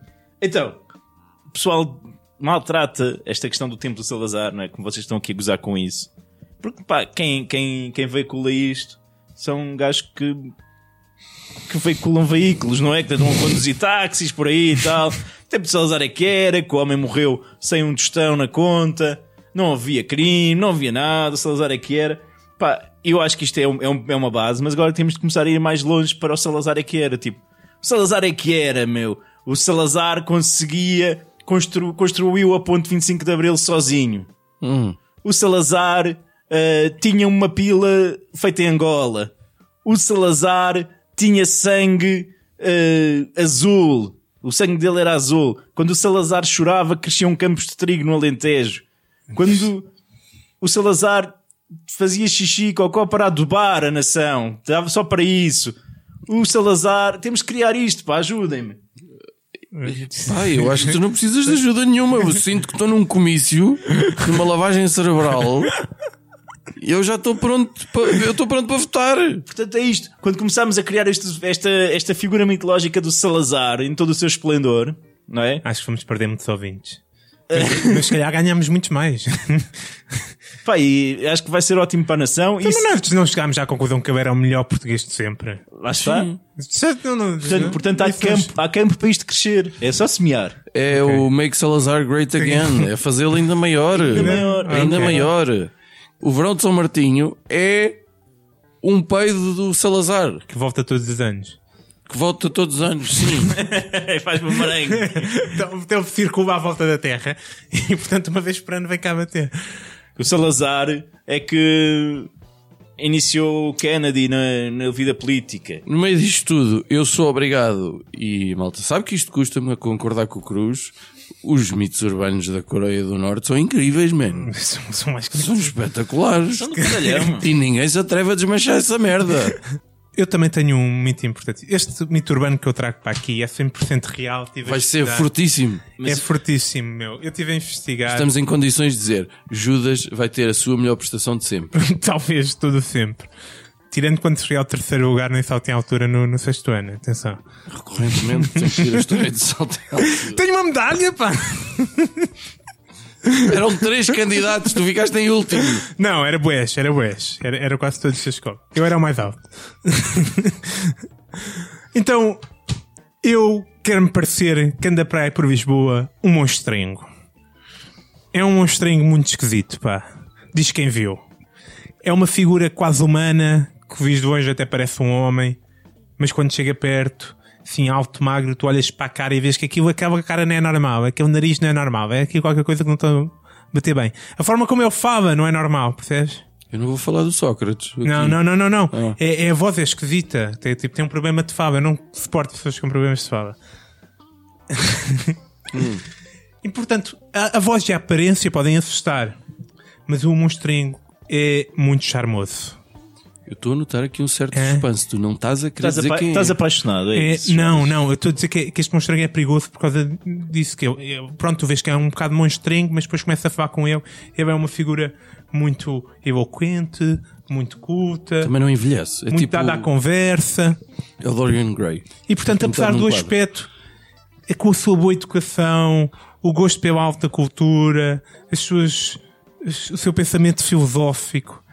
Speaker 3: Então, o pessoal maltrata esta questão do tempo do Salazar, não é? Como vocês estão aqui a gozar com isso. Porque, pá, quem, quem, quem veicula isto são gajos que, que veiculam veículos, não é? Que andam a conduzir táxis por aí e tal. O tempo do Salazar é que era, que o homem morreu sem um tostão na conta, não havia crime, não havia nada, o Salazar é que era. Pá, eu acho que isto é, um- é um- é uma base, mas agora temos de começar a ir mais longe para o Salazar é que era. Tipo, o Salazar é que era, meu. O Salazar conseguia, constru, construiu a ponte 25 de Abril sozinho.
Speaker 1: Hum.
Speaker 3: O Salazar eh, tinha uma pila feita em Angola. O Salazar tinha sangue eh, azul. O sangue dele era azul. Quando o Salazar chorava, cresciam campos de trigo no Alentejo. Quando o Salazar fazia xixi e cocó para adubar a nação, dava só para isso. O Salazar, temos que criar isto, pá, ajudem-me.
Speaker 1: Pai, eu acho que tu não precisas de ajuda nenhuma. Eu sinto que estou num comício, numa lavagem cerebral. E eu já estou pronto, pa- eu estou pronto para votar.
Speaker 3: Portanto, é isto. Quando começámos a criar este- esta, esta figura mitológica do Salazar em todo o seu esplendor, não é?
Speaker 2: Acho que vamos perder muitos ouvintes.
Speaker 3: Eh.
Speaker 2: Mas, mas se calhar ganhamos muitos mais. Então,
Speaker 3: Pá, e acho que vai ser ótimo para a nação.
Speaker 2: Mas
Speaker 3: Isso,
Speaker 2: nós não chegámos à conclusão que eu era o melhor português de sempre.
Speaker 3: lá está.
Speaker 2: Já não- não-
Speaker 3: Portanto, portanto há,
Speaker 2: isso é nós-
Speaker 3: campo, há campo para isto crescer. É só semear.
Speaker 1: É o Make Salazar Great Again. É fazê-lo ainda maior.
Speaker 3: maior.
Speaker 1: Ainda
Speaker 2: Ok.
Speaker 1: maior. O verão de São Martinho é um peido do Salazar,
Speaker 2: Que volta todos os anos.
Speaker 1: que volta todos os anos, sim.
Speaker 3: É, Faz bumerangue.
Speaker 2: Então, então circula à volta da Terra. E portanto, uma vez por ano vem cá bater.
Speaker 3: O Salazar é que iniciou o Kennedy na, na vida política.
Speaker 1: No meio disto tudo, eu sou obrigado, e malta, sabe que isto custa-me a concordar com o Cruz. Os mitos urbanos da Coreia do Norte são incríveis, mano.
Speaker 2: São, são mais que-
Speaker 1: São espetaculares. E ninguém se atreve a desmanchar essa merda.
Speaker 2: Eu também tenho um mito importante. Este mito urbano que eu trago para aqui é 100% real. Tive a
Speaker 1: Vai ser
Speaker 2: estudar.
Speaker 1: fortíssimo.
Speaker 2: É fortíssimo, meu. Eu estive a investigar.
Speaker 1: Estamos em condições de dizer: Judas vai ter a sua melhor prestação de sempre.
Speaker 2: Talvez tudo sempre. Tirando quando cheguei ao terceiro lugar, nem só tinha altura no, no sexto ano. Atenção.
Speaker 1: Recorrentemente, tem que ir a história de salto.
Speaker 2: Tenho uma medalha, pá!
Speaker 1: Eram três candidatos, tu ficaste em último.
Speaker 2: Não, era Boés, era Boés. Era, era quase todos da escola. Eu era o mais alto. então, eu quero-me parecer que anda para aí por Lisboa um monstrengo. É um monstrengo muito esquisito, pá. Diz quem viu. É uma figura quase humana, que visto de longe até parece um homem, mas quando chega perto, assim, alto, magro, tu olhas para a cara e vês que aquilo, aquela cara não é normal, aquele nariz não é normal, é aqui qualquer coisa que não está a bater bem. A forma como ele fala não é normal, percebes?
Speaker 1: Eu não vou falar do Sócrates. aqui.
Speaker 2: Não, não, não, não, não.
Speaker 1: Ah.
Speaker 2: É, é a voz é esquisita. Tem, tipo, tem um problema de fala. Eu não suporto pessoas com problemas de fala. E portanto, a, a voz e a aparência podem assustar. Mas o monstrengo é muito charmoso.
Speaker 1: Eu estou a notar aqui um certo
Speaker 2: É.
Speaker 1: suspense. Tu não estás a querer
Speaker 3: Estás,
Speaker 1: dizer
Speaker 3: apa-
Speaker 1: quem é.
Speaker 3: estás apaixonado, é,
Speaker 2: É,
Speaker 3: isso.
Speaker 2: não, não, eu estou a dizer que, que este monstrengo é perigoso por causa disso. Que eu, eu- pronto, tu vês que é um bocado monstrengo, mas depois começa a falar com ele. Ele é uma figura muito eloquente, muito culta,
Speaker 1: Também não envelhece. É
Speaker 2: muito
Speaker 1: tipo
Speaker 2: dada à conversa.
Speaker 1: é o Dorian Gray.
Speaker 2: E portanto,
Speaker 1: Pintar
Speaker 2: apesar
Speaker 1: num
Speaker 2: do
Speaker 1: tipo, um quadro.
Speaker 2: aspecto, é com a sua boa educação, o gosto pela alta cultura, as suas, as- o seu pensamento filosófico,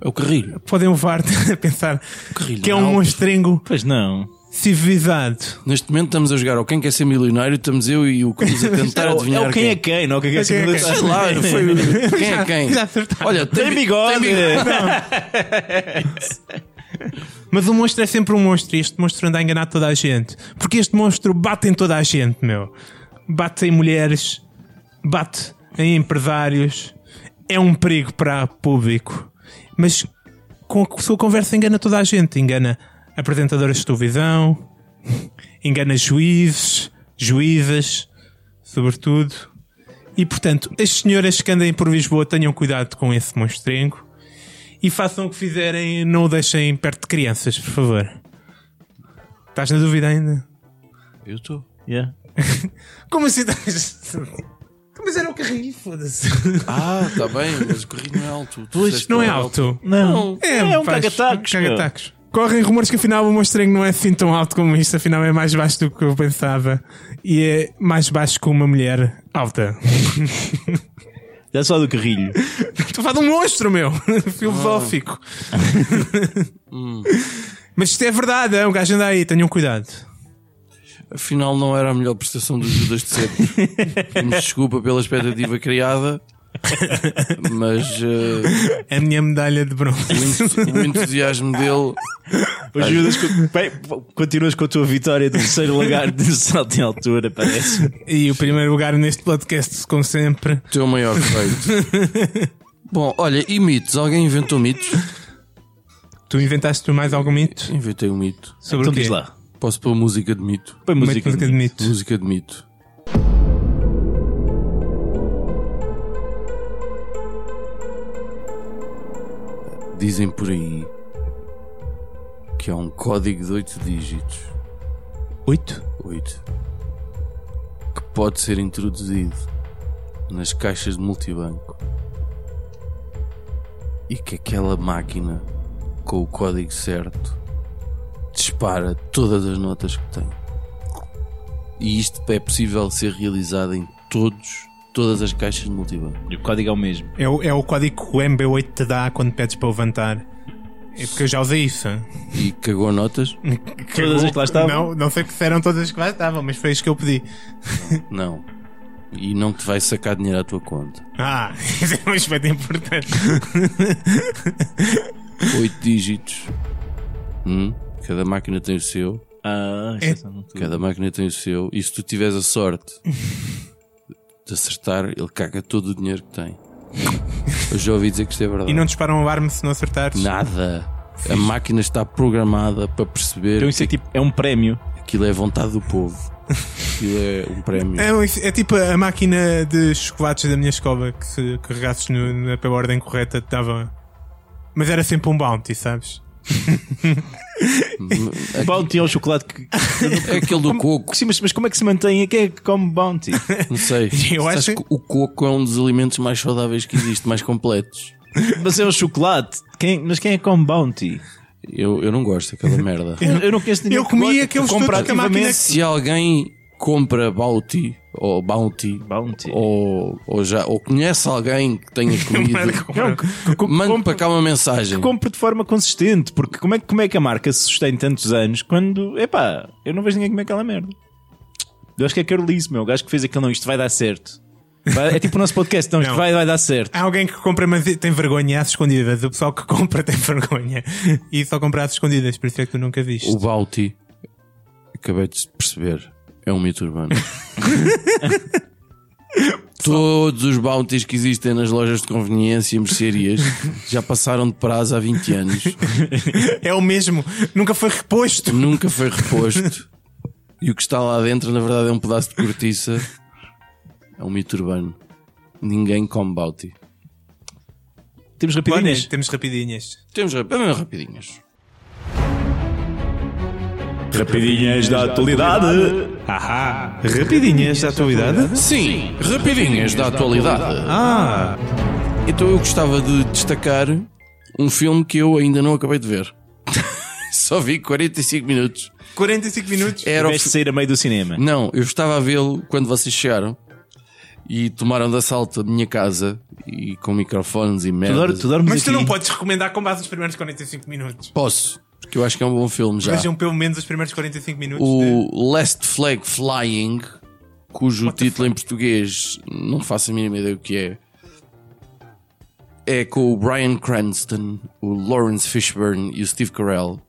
Speaker 1: É o Carrilho.
Speaker 2: podem levar-te a pensar
Speaker 1: Carrilho
Speaker 2: que é
Speaker 1: não
Speaker 2: um
Speaker 1: é alto.
Speaker 2: monstrengo
Speaker 3: Pois não.
Speaker 2: civilizado.
Speaker 1: Neste momento estamos a jogar ao Quem Quer Ser Milionário, estamos eu e o Cruz a tentar
Speaker 3: É o-
Speaker 1: adivinhar
Speaker 3: é o quem é quem, não é o que é
Speaker 2: quem é
Speaker 3: quem.
Speaker 2: quem.
Speaker 1: Sei lá, foi o- Quem é quem?
Speaker 2: Já acertaram.
Speaker 1: Olha, tem,
Speaker 3: Tem bigode.
Speaker 2: Mas o monstro é sempre um monstro e este monstro anda a enganar toda a gente. Porque este monstro bate em toda a gente, meu. Bate em mulheres, bate em empresários. É um perigo para o público. Mas com a sua conversa engana toda a gente. Engana apresentadoras de televisão, engana juízes, juízas, sobretudo. E portanto, as senhoras que andem por Lisboa tenham cuidado com esse monstrengo e façam o que fizerem, não o deixem perto de crianças, por favor. Estás na dúvida ainda?
Speaker 1: Eu estou.
Speaker 3: Yeah.
Speaker 2: Como assim estás? Mas era o carrinho, foda-se.
Speaker 1: Ah, está bem, mas o Carrilho não é alto. Tu
Speaker 2: Pois,
Speaker 1: disseste
Speaker 2: não
Speaker 1: que
Speaker 2: é
Speaker 1: era
Speaker 2: alto.
Speaker 3: Não. É, um
Speaker 2: faz-
Speaker 3: caga-tacos. meu.
Speaker 2: caga-tacos. Correm rumores que afinal o monstrengo não é assim tão alto como isto, afinal é mais baixo do que eu pensava. E é mais baixo que uma mulher alta.
Speaker 3: É só do carrilho.
Speaker 2: Estou a falar de um monstro, meu! Filosófico.
Speaker 3: Hum.
Speaker 2: Mas isto é verdade, é um gajo anda aí, tenham cuidado.
Speaker 1: Afinal, não era a melhor prestação dos Judas de sempre. Me desculpa pela expectativa criada, mas eh,
Speaker 2: É a minha medalha de bronze.
Speaker 1: o entus- o entusiasmo dele.
Speaker 3: Os Judas, co- bem, continuas com a tua vitória do terceiro lugar de salto em altura, parece.
Speaker 2: E o primeiro lugar neste podcast, como sempre.
Speaker 1: teu maior feito. Bom, olha, e mitos? Alguém inventou mitos?
Speaker 2: Tu inventaste tu mais algum mito?
Speaker 1: Inventei um mito.
Speaker 2: Sobre
Speaker 3: então
Speaker 2: o quê?
Speaker 3: diz lá.
Speaker 1: Posso pôr música de mito?
Speaker 3: Põe
Speaker 2: Uma
Speaker 3: música.
Speaker 2: música de mito.
Speaker 1: Música de mito. Dizem por aí que há um código de 8 dígitos.
Speaker 2: Oito?
Speaker 1: 8. Que pode ser introduzido nas caixas de multibanco. E que aquela máquina com o código certo dispara todas as notas que tem. E isto é possível ser realizado em todos, todas as caixas de multibanco.
Speaker 3: O código é o mesmo.
Speaker 2: É o, é o código que o MB8 te dá quando pedes para levantar. É porque eu já usei isso.
Speaker 1: E cagou notas?
Speaker 3: Todas as que lá estavam?
Speaker 2: Não, não sei que eram todas as que lá estavam, mas foi isso que eu pedi.
Speaker 1: Não. E não te vai sacar dinheiro à tua conta.
Speaker 2: Ah, isso é um aspecto importante.
Speaker 1: 8 dígitos. Hum? Cada máquina tem o seu.
Speaker 3: Ah,
Speaker 2: É.
Speaker 3: isso é. tudo.
Speaker 1: Cada máquina tem o seu. E se tu tiveres a sorte de acertar, ele caga todo o dinheiro que tem. Eu já ouvi dizer que isto é verdade.
Speaker 2: E não disparam o alarme se não acertares.
Speaker 1: Nada. A máquina está programada para perceber
Speaker 3: Então isso é tipo, é um prémio.
Speaker 2: Então-
Speaker 1: que aquilo é vontade do povo. Aquilo é um prémio.
Speaker 2: É, um- é tipo a máquina de chocolates da minha escola que se carregasses no, na, pela ordem correta te dava. Mas era sempre um bounty, sabes?
Speaker 3: Bounty é o chocolate que.
Speaker 2: Então,
Speaker 1: É aquele do coco,
Speaker 3: Sim, mas, mas como é que se mantém? Quem é que come Bounty?
Speaker 1: não sei.
Speaker 2: Eu
Speaker 1: Sabes
Speaker 2: acho-
Speaker 1: que o coco é um dos alimentos mais saudáveis que existe, mais completos.
Speaker 3: mas é o chocolate. Quem, mas quem é que come Bounty?
Speaker 1: Eu, eu não gosto daquela merda.
Speaker 3: Eu, eu não conheço ninguém.
Speaker 2: Eu comia
Speaker 3: goste-
Speaker 2: aqueles
Speaker 3: compra
Speaker 2: todos que a máquina-
Speaker 3: ativamente.
Speaker 1: Se alguém compra Bounty ou Bounty
Speaker 2: Oh,
Speaker 3: Bounty.
Speaker 1: ou, ou já ou conhece alguém que tenha comido,
Speaker 3: Não, que- que com-
Speaker 1: manda
Speaker 3: compra-
Speaker 1: para cá uma mensagem.
Speaker 3: compro de forma consistente, porque como é, que- como é que a marca se sustém tantos anos quando, epá, eu não vejo ninguém comer aquela merda. Eu acho que é Carlice, meu, o gajo que fez aquilo, não, isto vai dar certo. Vai- é tipo o nosso podcast, não, isto
Speaker 2: Não.
Speaker 3: Vai, vai dar certo.
Speaker 2: Há alguém que compra, mas tem vergonha às escondidas. O pessoal que compra tem vergonha. E só compra às escondidas, por isso é que tu nunca viste.
Speaker 1: O Bounty, acabei de perceber, é um mito urbano. Todos os bounties que existem nas lojas de conveniência e mercearias já passaram de prazo há 20 anos.
Speaker 2: É o mesmo. Nunca foi reposto.
Speaker 1: Nunca foi reposto. E o que está lá dentro, na verdade, é um pedaço de cortiça. É um mito urbano. Ninguém come Bounty.
Speaker 3: Temos rapidinhas.
Speaker 2: Olha, temos rapidinhas.
Speaker 1: Temos rap- é mesmo rapidinhas.
Speaker 3: Rapidinhas da atualidade. Ahá. Rapidinhas da atualidade.
Speaker 1: Sim, rapidinhas da atualidade.
Speaker 2: Ah,
Speaker 1: Então eu gostava de destacar um filme que eu ainda não acabei de ver. Só vi 45 minutos.
Speaker 2: 45 minutos.
Speaker 1: Era o
Speaker 3: Tiveste de sair a meio do cinema.
Speaker 1: Não, eu estava a vê-lo quando vocês chegaram e tomaram de assalto a minha casa e com microfones e
Speaker 3: Tu,
Speaker 1: merda.
Speaker 3: dor- tu dormes
Speaker 2: Mas tu
Speaker 3: aqui.
Speaker 2: não
Speaker 1: assim.
Speaker 2: podes recomendar com base nos primeiros 45 minutos.
Speaker 1: Posso, porque eu acho que é um bom filme já.
Speaker 2: Vejam pelo menos os primeiros 45 minutos. de-
Speaker 1: O Last Flag Flying, cujo título em português não faço a mínima ideia o que é, é com o Brian Cranston, o Lawrence Fishburne e o Steve Carell.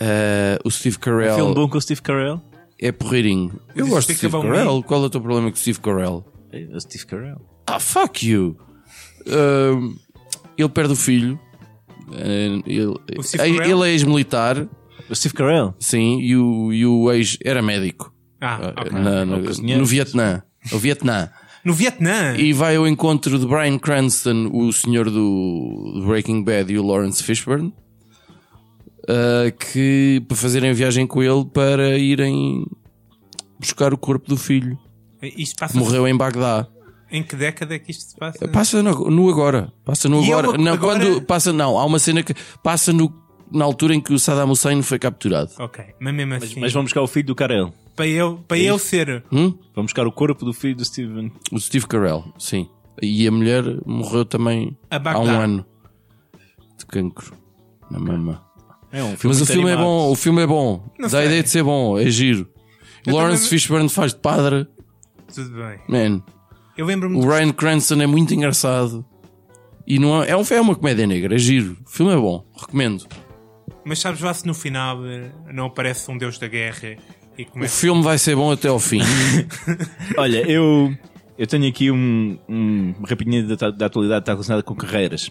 Speaker 1: Eh, o Steve Carell
Speaker 3: Filme um bom com o Steve Carell.
Speaker 1: é porreirinho. Eu
Speaker 2: Mas
Speaker 1: gosto de
Speaker 2: explica
Speaker 1: Steve
Speaker 2: bem.
Speaker 1: Carell. Qual é o teu problema com o Steve Carell?
Speaker 3: É, O Steve Carell.
Speaker 1: Ah, fuck you! Ahm, ele perde o filho. Eh, ele,
Speaker 2: O Steve
Speaker 1: eh,
Speaker 2: Carell?
Speaker 1: ele é ex-militar,
Speaker 3: O Steve Carell.
Speaker 1: sim, e o, e o ex era médico.
Speaker 2: Ah,
Speaker 1: Ah,
Speaker 2: ok.
Speaker 1: na- na-
Speaker 3: Ou cozinheiro.
Speaker 1: no Vietnã. O Vietnã.
Speaker 2: No Vietnã.
Speaker 1: E vai ao encontro de Brian Cranston, o senhor do do Breaking Bad e o Lawrence Fishburne, ah, que para fazerem viagem com ele para irem buscar o corpo do filho.
Speaker 2: Isto passa
Speaker 1: Morreu em Bagdá.
Speaker 2: Em que década é que isto se passa?
Speaker 1: Passa no, no agora. Passa no
Speaker 2: E é
Speaker 1: agora.
Speaker 2: uma-
Speaker 1: não,
Speaker 2: agora-
Speaker 1: quando passa não, há uma cena que passa no na altura em que o Saddam Hussein foi capturado.
Speaker 2: Ok, mas mesmo
Speaker 3: Mas,
Speaker 2: assim.
Speaker 3: mas vamos buscar o filho do Carell.
Speaker 2: Para eu, para eu ser.
Speaker 3: Vamos buscar o corpo do filho do Steven.
Speaker 1: O Steve Carell, sim. E a mulher morreu também
Speaker 2: A
Speaker 1: há
Speaker 2: Bagdá.
Speaker 1: um ano de cancro na mama.
Speaker 3: É um filme
Speaker 1: Mas o
Speaker 3: muito
Speaker 1: filme é
Speaker 3: animado.
Speaker 1: bom, o filme é bom.
Speaker 2: Não
Speaker 1: Dá a
Speaker 2: sei.
Speaker 1: ideia de ser bom, é giro. Lawrence
Speaker 2: também-
Speaker 1: Fishburne faz de padre,
Speaker 2: Tudo bem.
Speaker 1: man.
Speaker 2: Eu lembro-me.
Speaker 1: O Ryan Cranston é muito engraçado. E não é, é, um, é uma comédia negra, é giro. O filme é bom, recomendo.
Speaker 2: Mas sabes lá se no final eh, não aparece um deus da guerra e
Speaker 1: O
Speaker 2: começa.
Speaker 1: filme vai ser bom até ao fim.
Speaker 3: Olha, eu, eu tenho aqui um, um uma rapidinha da, da atualidade que está relacionada com carreiras.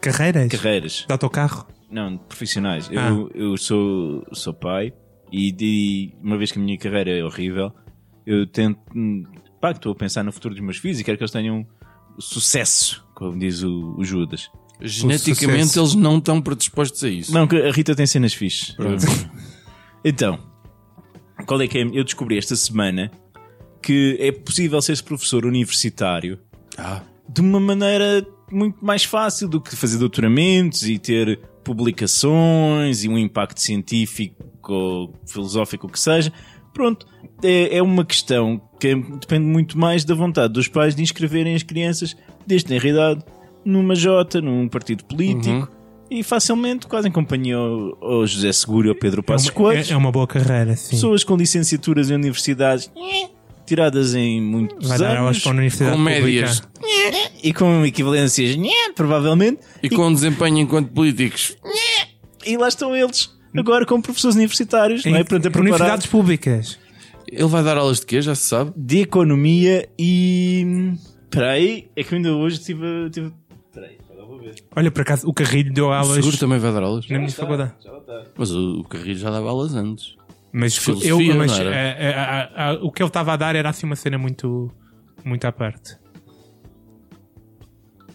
Speaker 2: Carreiras?
Speaker 3: Carreiras.
Speaker 2: De autocarro?
Speaker 3: Não, de profissionais.
Speaker 2: Ah.
Speaker 3: Eu, eu sou, sou pai e de, uma vez que a minha carreira é horrível, eu tento. hum, Pá, estou a pensar no futuro dos meus filhos e quero que eles tenham sucesso, como diz o, o Judas.
Speaker 1: Geneticamente
Speaker 2: sucesso.
Speaker 1: eles não estão predispostos a isso.
Speaker 3: Não, que a Rita tem cenas fixes. então, qual é que é? Eu descobri esta semana que é possível ser professor universitário
Speaker 1: Ah,
Speaker 3: de uma maneira muito mais fácil do que fazer doutoramentos e ter publicações e um impacto científico ou filosófico, o que seja. Pronto, é, é uma questão que depende muito mais da vontade dos pais de inscreverem as crianças, desde que tenham idade, numa Jota, num partido político.
Speaker 2: Uhum.
Speaker 3: E facilmente, quase em companhia ao, ao José Seguro e ao Pedro Passos
Speaker 2: é, uma,
Speaker 3: Coelho,
Speaker 2: é- é uma boa carreira, sim.
Speaker 3: pessoas com licenciaturas em universidades eh, tiradas em muitos
Speaker 2: Vai dar aulas
Speaker 3: anos
Speaker 2: para a universidade.
Speaker 1: Com médias.
Speaker 2: pública. É
Speaker 3: e com equivalências, nhé, provavelmente,
Speaker 1: E com desempenho enquanto políticos.
Speaker 3: e lá estão eles, agora como professores universitários, não é?
Speaker 2: Em-
Speaker 3: Portanto, a preparar
Speaker 2: universidades públicas.
Speaker 1: Ele vai dar aulas de quê? Já se sabe.
Speaker 3: de economia e. Espera aí, é que eu ainda hoje tive. a- tive... Espera aí, agora vou ver.
Speaker 2: Olha, por acaso, o Carrilho deu
Speaker 1: O
Speaker 2: aulas
Speaker 1: seguro tá. também vai dar aulas.
Speaker 2: na minha faculdade.
Speaker 3: Já lá está.
Speaker 1: Mas o, o Carrilho já dava aulas antes.
Speaker 2: Mas,
Speaker 1: Filosofia,
Speaker 2: eu, mas
Speaker 1: não era?
Speaker 2: eh, eh, ah, ah, ah, o que ele estava a dar era assim uma cena muito, muito à parte.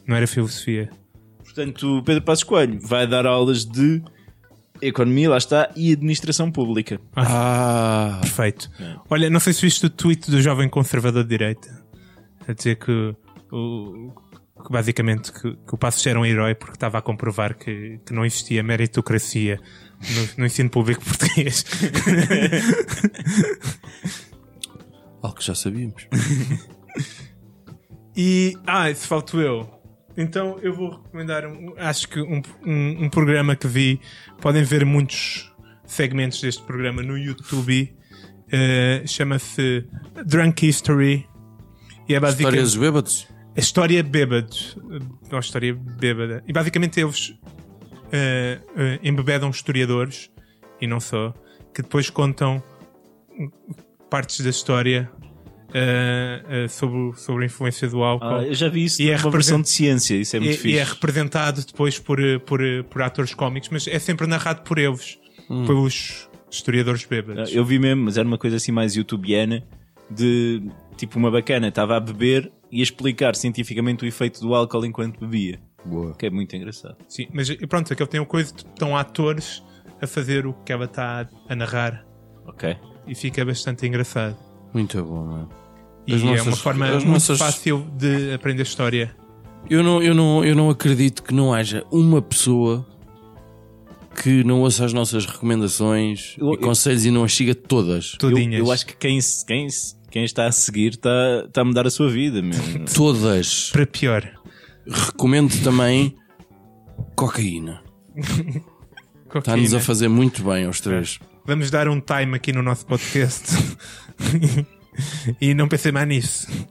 Speaker 2: Não era filosofia.
Speaker 3: Portanto, o Pedro Passos Coelho vai dar aulas de economia, lá está, e administração pública.
Speaker 1: Ah,
Speaker 2: Perfeito. Olha, não sei se viste o tweet do jovem conservador de direita a dizer que, o, que basicamente que, que o Passos era um herói porque estava a comprovar que, que não existia meritocracia no, no ensino público português.
Speaker 1: algo que já sabíamos.
Speaker 2: E. Ah, isso falto eu. Então eu vou recomendar, um- acho que um, um, um programa que vi. Podem ver muitos segmentos deste programa no YouTube. Eh, Chama-se Drunk History. E é basicamente.
Speaker 1: Histórias dos bêbados.
Speaker 2: A história bêbado. Eh, Uma história bêbada. E basicamente eles eh, eh, embebedam historiadores e não só, que depois contam hum, partes da história eh, eh, sobre, o- sobre a influência do álcool.
Speaker 3: Ah, eu já vi isso
Speaker 2: E é
Speaker 3: numa versão
Speaker 2: represent-
Speaker 3: de ciência, isso é muito
Speaker 2: E,
Speaker 3: fixe.
Speaker 2: e é representado depois por, eh, por, eh, por atores cómicos, mas é sempre narrado por eles,
Speaker 3: Hum.
Speaker 2: pelos historiadores
Speaker 3: Ah,
Speaker 2: bêbados.
Speaker 3: Eu vi mesmo, mas era uma coisa assim mais youtubiana de tipo uma bacana, estava a beber e a explicar cientificamente o efeito do álcool enquanto bebia.
Speaker 1: Boa.
Speaker 3: Que é muito engraçado.
Speaker 2: Sim, mas e pronto, aquele tem uma coisa, estão atores a fazer o que ela está a narrar
Speaker 3: Ok.
Speaker 2: e fica bastante engraçado.
Speaker 1: Muito bom, mano.
Speaker 2: E
Speaker 1: As
Speaker 2: é
Speaker 1: nossas-
Speaker 2: uma forma
Speaker 1: as
Speaker 2: muito
Speaker 1: nossas-
Speaker 2: fácil de aprender história.
Speaker 1: Eu não, eu, não, eu não acredito que não haja uma pessoa que não ouça as nossas recomendações
Speaker 3: Eu-
Speaker 1: e conselhos e não as siga todas.
Speaker 3: Eu,
Speaker 2: Tudinhas.
Speaker 3: eu acho que quem, se- quem, se- quem está a seguir está, está a mudar a sua vida, mesmo.
Speaker 1: Todas.
Speaker 2: Para pior.
Speaker 1: Recomendo também cocaína. Está-nos
Speaker 2: Cocaína.
Speaker 1: a fazer muito bem aos três.
Speaker 2: Vamos dar um time aqui no nosso podcast. e não pensei mais nisso.